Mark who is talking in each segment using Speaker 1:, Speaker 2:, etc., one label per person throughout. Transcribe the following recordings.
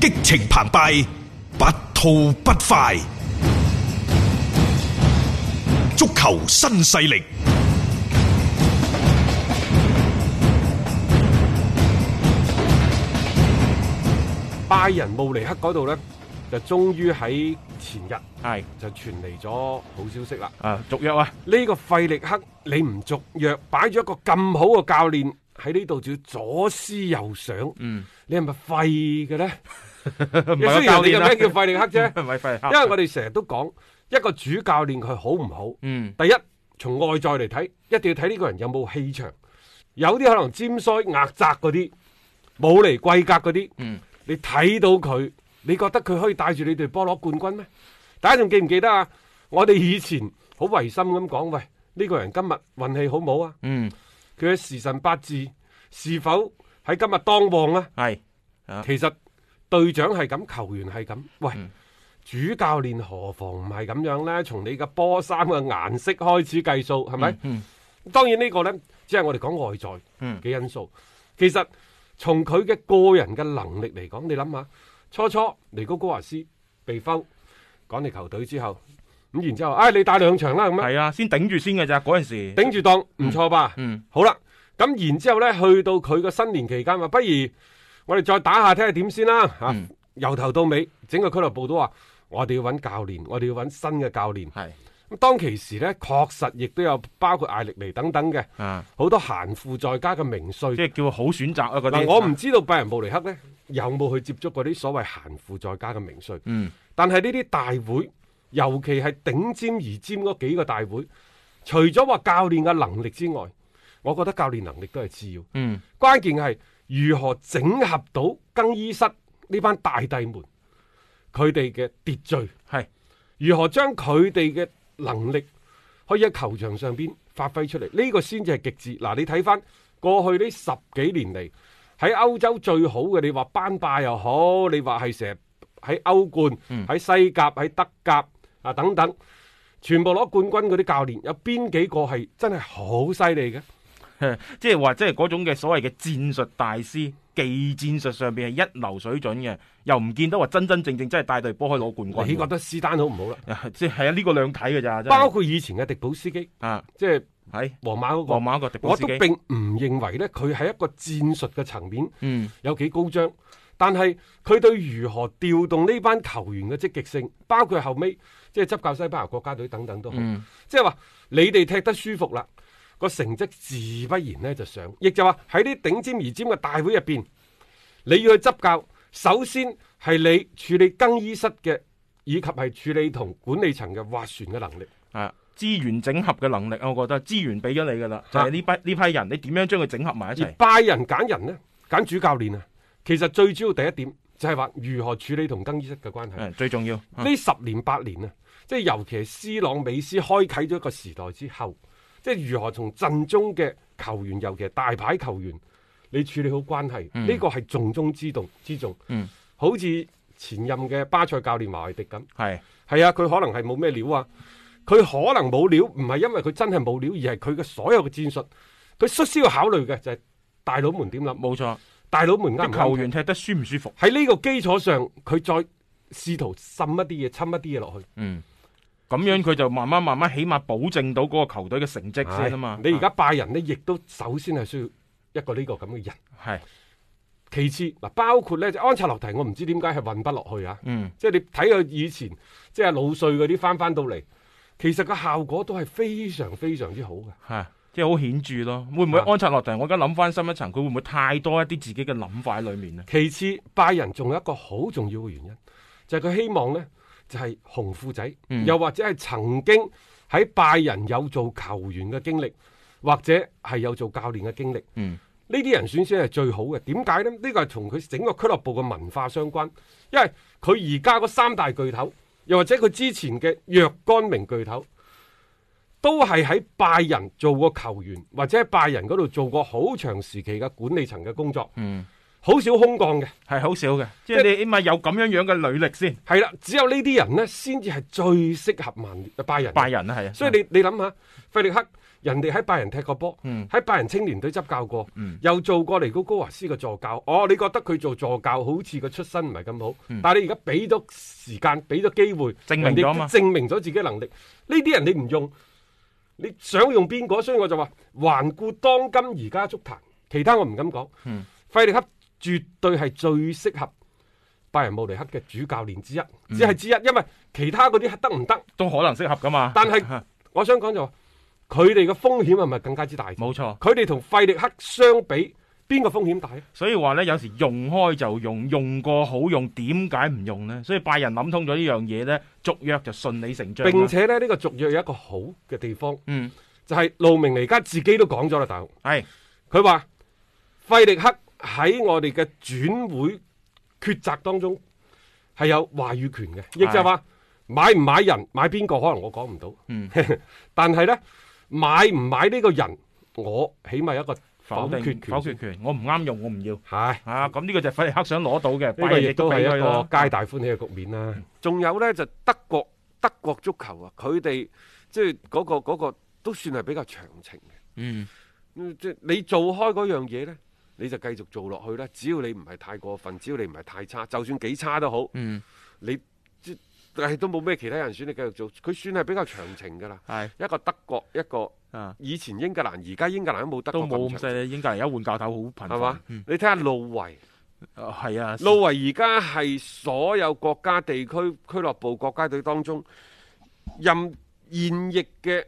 Speaker 1: 激情澎湃，不吐不快。足球新勢力。
Speaker 2: 拜仁慕尼黑嗰度呢，就終於喺前日
Speaker 3: 係
Speaker 2: 就傳嚟咗好消息啦。
Speaker 3: 啊，續約 啊，
Speaker 2: 呢、個費力克你唔續約，擺咗一個咁好嘅教練喺呢度，仲要左思右想，
Speaker 3: 嗯，
Speaker 2: 你係咪廢嘅呢？
Speaker 3: 唔
Speaker 2: 雖然你
Speaker 3: 啊
Speaker 2: 個名叫費力克啫，
Speaker 3: 唔係費力克
Speaker 2: 因為我哋成日都講一個主教練佢好唔好，
Speaker 3: 嗯
Speaker 2: 第一從外在嚟睇，一定要睇呢個人有冇氣場。有啲可能尖腮額窄嗰啲，冇嚟貴格嗰啲，
Speaker 3: 嗯
Speaker 2: 你睇到佢，你覺得佢可以帶住你隊波攞冠軍咩？大家仲記唔記得啊？我哋以前好違心咁講，喂，呢、個人今日運氣好唔好啊？
Speaker 3: 嗯，
Speaker 2: 佢嘅時辰八字是否喺今日當旺啊？
Speaker 3: 係
Speaker 2: 其實隊長係咁，球員係咁，喂。
Speaker 3: 嗯
Speaker 2: 主教練何妨唔係咁樣呢？從你嘅波衫嘅顏色開始計數，係咪？
Speaker 3: 嗯
Speaker 2: 當然呢個呢，只係我哋講外在
Speaker 3: 嗯
Speaker 2: 嘅因素。其實從佢嘅個人嘅能力嚟講，你諗下，初初尼高高華斯被摟趕嚟球隊之後，咁然之後，唉、你打兩場啦，咁樣
Speaker 3: 係啊，先頂住先嘅咋嗰陣時，
Speaker 2: 頂住檔，唔錯吧？
Speaker 3: 嗯
Speaker 2: 好啦，咁然之後呢，去到佢個新年期間話，不如我哋再打下睇下點先啦嚇。
Speaker 3: 嗯
Speaker 2: 由頭到尾，整個俱樂部都話，我哋要揾教練，我哋要揾新嘅教練。
Speaker 3: 係
Speaker 2: 咁當其時呢，確實亦都有包括艾力尼等等嘅
Speaker 3: 啊，
Speaker 2: 好多閒富在家嘅名帥
Speaker 3: 即。係叫好選擇啊嗰
Speaker 2: 嗱，
Speaker 3: 啲。
Speaker 2: 我唔知道拜仁慕尼黑呢有冇去接觸嗰啲所謂閒富在家嘅名帥，
Speaker 3: 嗯
Speaker 2: 但係呢啲大會，尤其係頂尖而尖嗰幾個大會，除咗話教練嘅能力之外，我覺得教練能力都係次要，
Speaker 3: 嗯
Speaker 2: 關鍵係如何整合到更衣室呢班大帝們佢哋嘅秩序。
Speaker 3: 係
Speaker 2: 如何將佢哋嘅能力可以喺球場上邊發揮出嚟？呢、個先至係極致。嗱，你睇翻過去呢十幾年嚟喺歐洲最好嘅，你話班霸又好，你話係成日喺歐冠、
Speaker 3: 嗯
Speaker 2: 喺西甲、喺德甲啊等等，全部攞冠軍嗰啲教練，有邊幾個係真係好犀利嘅？
Speaker 3: 即係話即係嗰種嘅所謂嘅戰術大師。技戰術上邊係一流水準嘅，又唔見得話真真正正真係帶隊波可以攞冠軍。
Speaker 2: 你覺得斯丹好唔好啦？
Speaker 3: 啊即 係啊呢個兩睇嘅咋，真係
Speaker 2: 包括以前嘅迪保斯基，
Speaker 3: 啊
Speaker 2: 即係
Speaker 3: 係
Speaker 2: 皇馬嗰、個，
Speaker 3: 皇馬個迪
Speaker 2: 我
Speaker 3: 波斯
Speaker 2: 都
Speaker 3: 基，
Speaker 2: 並唔認為呢，佢係一個戰術嘅層面。
Speaker 3: 嗯
Speaker 2: 有幾高張，但係佢對如何調動呢班球員嘅積極性，包括後尾即係執教西班牙國家隊等等都好，
Speaker 3: 嗯
Speaker 2: 即係話你哋踢得舒服啦，個成績自不然呢就上，亦就話喺啲頂尖而尖嘅大會入邊，你要去執教，首先係你處理更衣室嘅，以及係處理同管理層嘅斡旋嘅能力。
Speaker 3: 啊資源整合嘅能力，我覺得資源俾咗你㗎啦，
Speaker 2: 啊
Speaker 3: 就係呢批呢批人，你點樣將佢整合埋一
Speaker 2: 而
Speaker 3: 齊？
Speaker 2: 拜仁揀人呢，揀主教練啊，其實最主要第一點就係話如何處理同更衣室嘅關係。
Speaker 3: 誒最重要，啊
Speaker 2: 呢十年八年啊，即係尤其係斯朗美斯開啟咗一個時代之後，即係如何從陣中嘅球員，尤其係大牌球員，你處理好關係，
Speaker 3: 嗯
Speaker 2: 呢個係重中之重之重。
Speaker 3: 嗯
Speaker 2: 好似前任嘅巴塞教練華維迪咁，
Speaker 3: 係
Speaker 2: 係啊，佢可能係冇咩料啊，佢可能冇料，唔係因為佢真係冇料，而係佢嘅所有嘅戰術，佢率先要考慮嘅就係大佬們點諗，
Speaker 3: 冇錯，
Speaker 2: 大佬們啱唔
Speaker 3: 啲
Speaker 2: 啱
Speaker 3: 球員踢得舒唔舒服？
Speaker 2: 喺呢個基礎上，佢再試圖滲一啲嘢，侵一啲嘢落去。
Speaker 3: 嗯，咁樣佢就慢慢慢慢，起碼保證到嗰個球隊嘅成績先啊嘛。
Speaker 2: 你而家拜仁呢，亦都首先係需要一個呢個咁嘅人。
Speaker 3: 係
Speaker 2: 其次嗱，包括呢，就安察洛提，我唔知點解係混不落去啊！
Speaker 3: 嗯
Speaker 2: 即係你睇佢以前即係老帥嗰啲翻翻到嚟，其實個效果都係非常非常之好嘅。
Speaker 3: 係。即係好顯著咯，會唔會
Speaker 2: 啊
Speaker 3: 安察落嚟？我而家諗翻深一層，佢會唔會太多一啲自己嘅諗法喺裡面呢？
Speaker 2: 其次，拜仁仲有一個好重要嘅原因，就係、佢希望呢，就係、紅褲仔，
Speaker 3: 嗯
Speaker 2: 又或者係曾經喺拜仁有做球員嘅經歷，或者係有做教練嘅經歷。
Speaker 3: 嗯
Speaker 2: 呢啲人選先係最好嘅。點解呢？呢個係同佢整個俱樂部嘅文化相關，因為佢而家嗰三大巨頭，又或者佢之前嘅若干名巨頭，都係喺拜仁做過球員，或者喺拜仁嗰度做過好長時期嘅管理層嘅工作，
Speaker 3: 嗯，
Speaker 2: 好少空降嘅。
Speaker 3: 係好少嘅，即係你起碼有咁樣樣嘅履歷先。
Speaker 2: 係啦，只有呢啲人呢，先至係最適合曼聯拜仁嘅。
Speaker 3: 拜仁啊，係啊，
Speaker 2: 所以你你諗下，費力克
Speaker 4: 人哋喺拜仁踢過波，
Speaker 3: 嗯
Speaker 4: 喺拜仁青年隊執教過，
Speaker 3: 嗯
Speaker 4: 又做過尼高高華斯嘅助教。哦，你覺得佢做助教好似個出身唔係咁好，
Speaker 3: 嗯
Speaker 4: 但係你而家俾咗時間，俾咗機會，
Speaker 3: 證明
Speaker 4: 人哋
Speaker 3: 咗嘛
Speaker 4: 證明咗自己能力。呢啲人你唔用，你想用邊個？所以我就話，環顧當今而家足壇，其他我唔敢講。
Speaker 3: 嗯
Speaker 4: 費力克絕對係最適合拜仁慕尼黑嘅主教練之一，
Speaker 3: 嗯
Speaker 4: 只係之一，因為其他嗰啲得唔得？
Speaker 3: 都可能適合噶嘛。啊
Speaker 4: 但係我想講就話，佢哋嘅風險係咪更加之大？
Speaker 3: 冇錯，
Speaker 4: 佢哋同費力克相比，邊個風險大咧？
Speaker 3: 所以話呢，有時用開就用，用過好用，點解唔用呢？所以拜仁諗通咗呢樣嘢呢，續約就順理成章啦。
Speaker 4: 並且咧，呢、個續約有一個好嘅地方，
Speaker 3: 嗯，
Speaker 4: 就係、路明尼加自己都講咗啦，大雄，
Speaker 3: 係
Speaker 4: 佢話費力克喺我哋嘅轉會抉擇當中係有話語權嘅，亦就係話買唔買人，買邊個可能我講唔到，
Speaker 3: 嗯
Speaker 4: 但係呢，買唔買呢個人，我起碼有一個否
Speaker 3: 否定
Speaker 4: 決
Speaker 3: 否
Speaker 4: 權。
Speaker 3: 決權，我唔啱用，我唔要。
Speaker 4: 係。
Speaker 3: 啊，咁呢個就係費力克想攞到嘅，
Speaker 4: 呢
Speaker 3: 拜
Speaker 4: 個
Speaker 3: 仁
Speaker 4: 亦都係
Speaker 3: 俾佢
Speaker 4: 一個
Speaker 3: 啦。
Speaker 4: 皆大歡喜嘅局面啦。
Speaker 2: 嗯仲有呢，就德國德國足球啊，佢哋即係嗰個嗰、個都算係比較長情嘅。
Speaker 3: 嗯，
Speaker 2: 嗯即係你做開嗰樣嘢呢，你就繼續做落去啦。只要你唔係太過分，只要你唔係太差，就算幾差都好，
Speaker 3: 嗯，
Speaker 2: 你即但係都冇咩其他人選，你繼續做。佢算係比較長情㗎啦。
Speaker 3: 係
Speaker 2: 一個德國，一個
Speaker 3: 啊，
Speaker 2: 以前英格蘭，而家英格蘭都冇德
Speaker 3: 都
Speaker 2: 國
Speaker 3: 冇
Speaker 2: 咁
Speaker 3: 咁
Speaker 2: 長
Speaker 3: 犀
Speaker 2: 情，
Speaker 3: 利。英格蘭而家換教頭好頻繁
Speaker 2: 係嘛？
Speaker 3: 嗯
Speaker 2: 你睇下路維，
Speaker 3: 啊係啊，
Speaker 2: 路維而家係所有國家地區俱樂部國家隊當中任現役嘅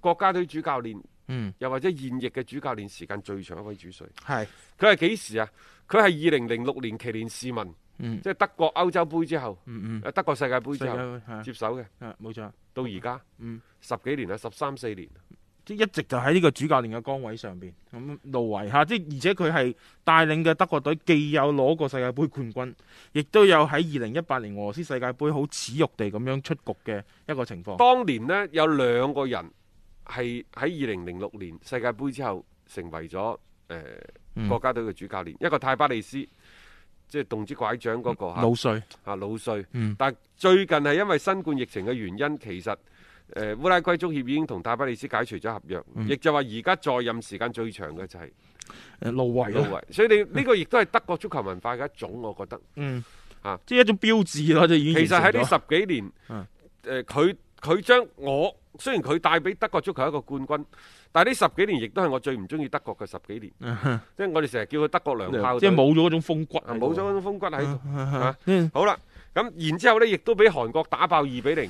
Speaker 2: 國家隊主教練，
Speaker 3: 嗯
Speaker 2: 又或者現役嘅主教練時間最長一位主帥。
Speaker 3: 係
Speaker 2: 佢係幾時啊？佢係二零零六年奇連士文，
Speaker 3: 嗯
Speaker 2: 即係德國歐洲杯之後，
Speaker 3: 嗯嗯，
Speaker 2: 呃德國世界盃
Speaker 3: 世
Speaker 2: 之
Speaker 3: 界
Speaker 2: 後
Speaker 3: 盃係啊
Speaker 2: 接手嘅，
Speaker 3: 啊冇錯，
Speaker 2: 到而家
Speaker 3: 嗯
Speaker 2: 十幾年啦，十三四年。
Speaker 3: 即係一直就喺呢個主教練嘅崗位上邊。咁路維嚇，即係而且佢係帶領嘅德國隊，既有攞過世界盃冠軍，亦都有喺二零一八年俄羅斯世界盃好恥辱地咁樣出局嘅一個情況。
Speaker 2: 當年呢，有兩個人係喺二零零六年世界盃之後成為咗誒、呃、
Speaker 3: 嗯
Speaker 2: 國家隊嘅主教練，一個泰巴利斯，即係動之拐杖嗰、個嚇
Speaker 3: 嗯老帥，
Speaker 2: 啊老帥。
Speaker 3: 嗯
Speaker 2: 但最近係因為新冠疫情嘅原因，其實誒、呃、烏拉圭足協已經同泰巴利斯解除咗合約，
Speaker 3: 嗯
Speaker 2: 亦、就話而家在任時間最長嘅就係
Speaker 3: 誒啊路維
Speaker 2: 路
Speaker 3: 啦，
Speaker 2: 維，所以你呢個亦都係德國足球文化嘅一種，我覺得。
Speaker 3: 嗯
Speaker 2: 啊
Speaker 3: 即係一種標誌咯，就已經
Speaker 2: 其實喺呢
Speaker 3: 形成咗
Speaker 2: 十幾年
Speaker 3: 嗯，
Speaker 2: 誒佢佢將我雖然佢帶俾德國足球一個冠軍，但係呢十幾年亦都係我最唔中意德國嘅十幾年，即係我哋成日叫佢德國娘炮
Speaker 3: 嗯即
Speaker 2: 隊，
Speaker 3: 係冇咗嗰種風骨
Speaker 2: 啊
Speaker 3: 喺度，
Speaker 2: 冇咗嗰種風骨喺度。啊
Speaker 3: 嗯
Speaker 2: 好啦，咁然之後呢，亦都俾韓國打爆二比零，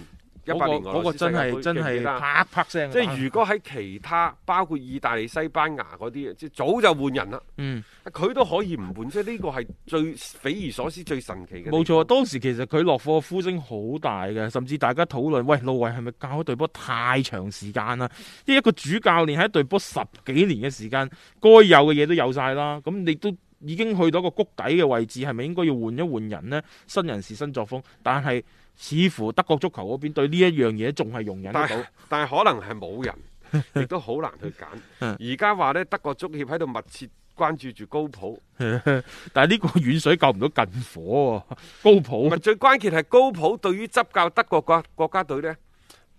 Speaker 2: 一八年
Speaker 3: 嗰個嗰
Speaker 2: 俄
Speaker 3: 個
Speaker 2: 羅斯世
Speaker 3: 真
Speaker 2: 界盃記唔記
Speaker 3: 係真係
Speaker 2: 得啊
Speaker 3: 啪啪聲，
Speaker 2: 即係如果喺其他包括意大利、西班牙嗰啲，即係早就換人啦，
Speaker 3: 嗯
Speaker 2: 佢都可以唔換，所以呢個係最匪夷所思、最神奇嘅地方。
Speaker 3: 冇錯，啊當時其實佢落課呼聲好大嘅，甚至大家討論喂路維係咪教一隊波太長時間啦？即係一個主教練喺一隊波十幾年嘅時間，該有嘅嘢都有晒啦，咁你都。已經去到一個谷底嘅位置，係咪應該要換一換人呢？新人事新作風，但係似乎德國足球嗰邊對呢一樣嘢仲係容忍得
Speaker 2: 但
Speaker 3: 到
Speaker 2: 係。但係可能係冇人，亦都好難去揀。而家話呢，德國足協喺度密切關注住高普，
Speaker 3: 但係呢個遠水救唔到近火啊喎、高
Speaker 2: 唔
Speaker 3: 普
Speaker 2: 係最關鍵係高普對於執教德國國國家隊呢，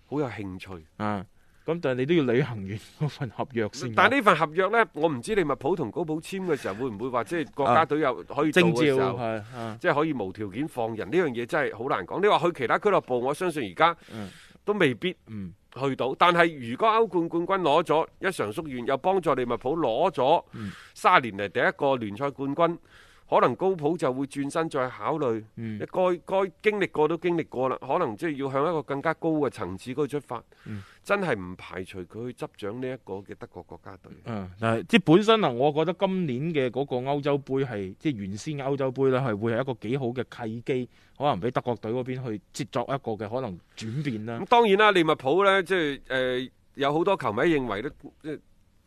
Speaker 2: 好有興趣。
Speaker 3: 啊，咁但係你都要履行完嗰份合約先。
Speaker 2: 但係呢份合約呢，我唔知利物浦同高普簽嘅時候會唔會話即係國家隊有可以到
Speaker 3: 徵
Speaker 2: 嘅時
Speaker 3: 召
Speaker 2: 候。
Speaker 3: 係啊，
Speaker 2: 即係可以無條件放人呢樣嘢真係好難講。你話去其他俱樂部，我相信而家
Speaker 3: 嗯
Speaker 2: 都未必
Speaker 3: 嗯
Speaker 2: 去到。但係如果歐冠冠軍攞咗一場夙願，又幫助利物浦攞咗
Speaker 3: 嗯
Speaker 2: 三年嚟第一個聯賽冠軍，可能高普就會轉身再考慮。
Speaker 3: 嗯
Speaker 2: 你該該經歷過都經歷過啦，可能即係要向一個更加高嘅層次嗰度出發。
Speaker 3: 嗯
Speaker 2: 真係唔排除佢去執掌呢一個嘅德國國家隊。
Speaker 3: 嗯，但係即係本身啊，我覺得今年嘅嗰個歐洲杯係即係原先嘅歐洲杯咧，係會係一個幾好嘅契機，可能俾德國隊嗰邊去接作一個嘅可能轉變啦
Speaker 2: 咁。當然啦，利物浦呢，即係誒、呃有好多球迷認為呢，即係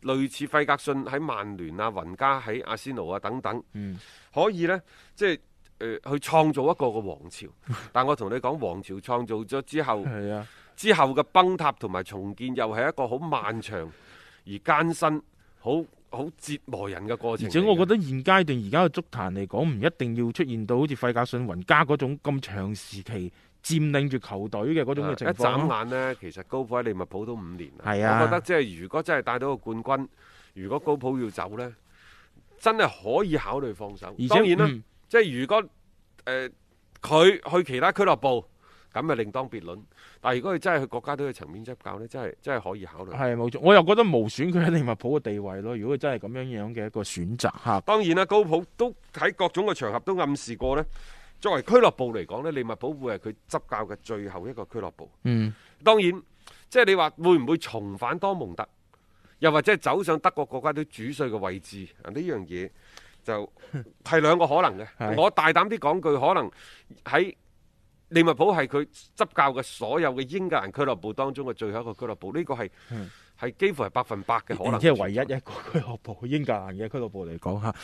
Speaker 2: 類似費格遜喺曼聯啊、雲加喺阿仙奴啊等等，
Speaker 3: 嗯
Speaker 2: 可以呢，即係誒、呃去創造一個個王 朝。但我同你講，王朝創造咗之後，
Speaker 3: 係啊，
Speaker 2: 之後嘅崩塌同埋重建又係一個好漫長而艱辛、好好折磨人嘅過程
Speaker 3: 而
Speaker 2: 嚟嘅。
Speaker 3: 且我覺得現階段而家嘅足壇嚟講，唔一定要出現到好似費格遜、雲加嗰種咁長時期佔領住球隊嘅嗰種嘅情
Speaker 2: 啊一眨
Speaker 3: 況咯。
Speaker 2: 眼呢，其實高普喺利物浦都五年啦。
Speaker 3: 係啊
Speaker 2: 我覺得即係如果真係帶到個冠軍，如果高普要走呢，真係可以考慮放手
Speaker 3: 而且。
Speaker 2: 當然啦，
Speaker 3: 嗯
Speaker 2: 即係如果誒佢、去其他俱樂部，咁啊另當別論。但係如果佢真係去國家隊嘅層面執教呢，真係真係可以考慮。
Speaker 3: 係冇錯，我又覺得無損佢喺利物浦嘅地位咯。如果佢真係咁樣樣嘅一個選擇嚇，
Speaker 2: 當然啦，高普都喺各種嘅場合都暗示過呢，作為俱樂部嚟講呢，利物浦會係佢執教嘅最後一個俱樂部。
Speaker 3: 嗯，
Speaker 2: 當然，即係你話會唔會重返多蒙特，又或者係走上德國國家隊主帥嘅位置？啊呢樣嘢 就係兩個可能
Speaker 3: 係
Speaker 2: 嘅。我大膽啲講句，可能喺利物浦係佢執教嘅所有嘅英格蘭俱樂部當中嘅最後一個俱樂部，呢、個係
Speaker 3: 嗯
Speaker 2: 係幾乎係百分百嘅可能。
Speaker 3: 即係唯一一個 俱樂部，英格蘭嘅俱樂部嚟講嚇，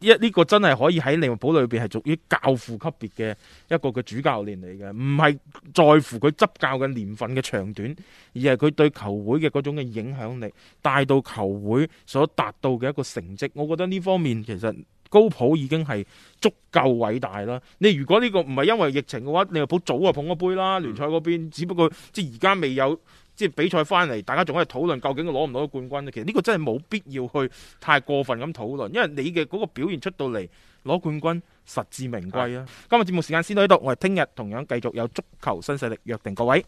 Speaker 3: 一呢、個真係可以喺利物浦裏邊係屬於教父級別嘅一個嘅主教練嚟嘅，唔係在乎佢執教嘅年份嘅長短，而係佢對球會嘅嗰種嘅影響力，帶到球會所達到嘅一個成績。我覺得呢方面其實。高普已經係足夠偉大啦！你如果呢個唔係因為疫情嘅話，利物浦早就捧咗杯啦。聯賽嗰邊，只不過即係而家未有即係比賽翻嚟，大家仲喺度討論究竟攞唔攞到冠軍咧。其實呢個真係冇必要去太過分咁討論，因為你嘅嗰個表現出到嚟攞冠軍實至名歸啊！今日節目時間先到呢度，我哋聽日同樣繼續有足球新勢力約定各位。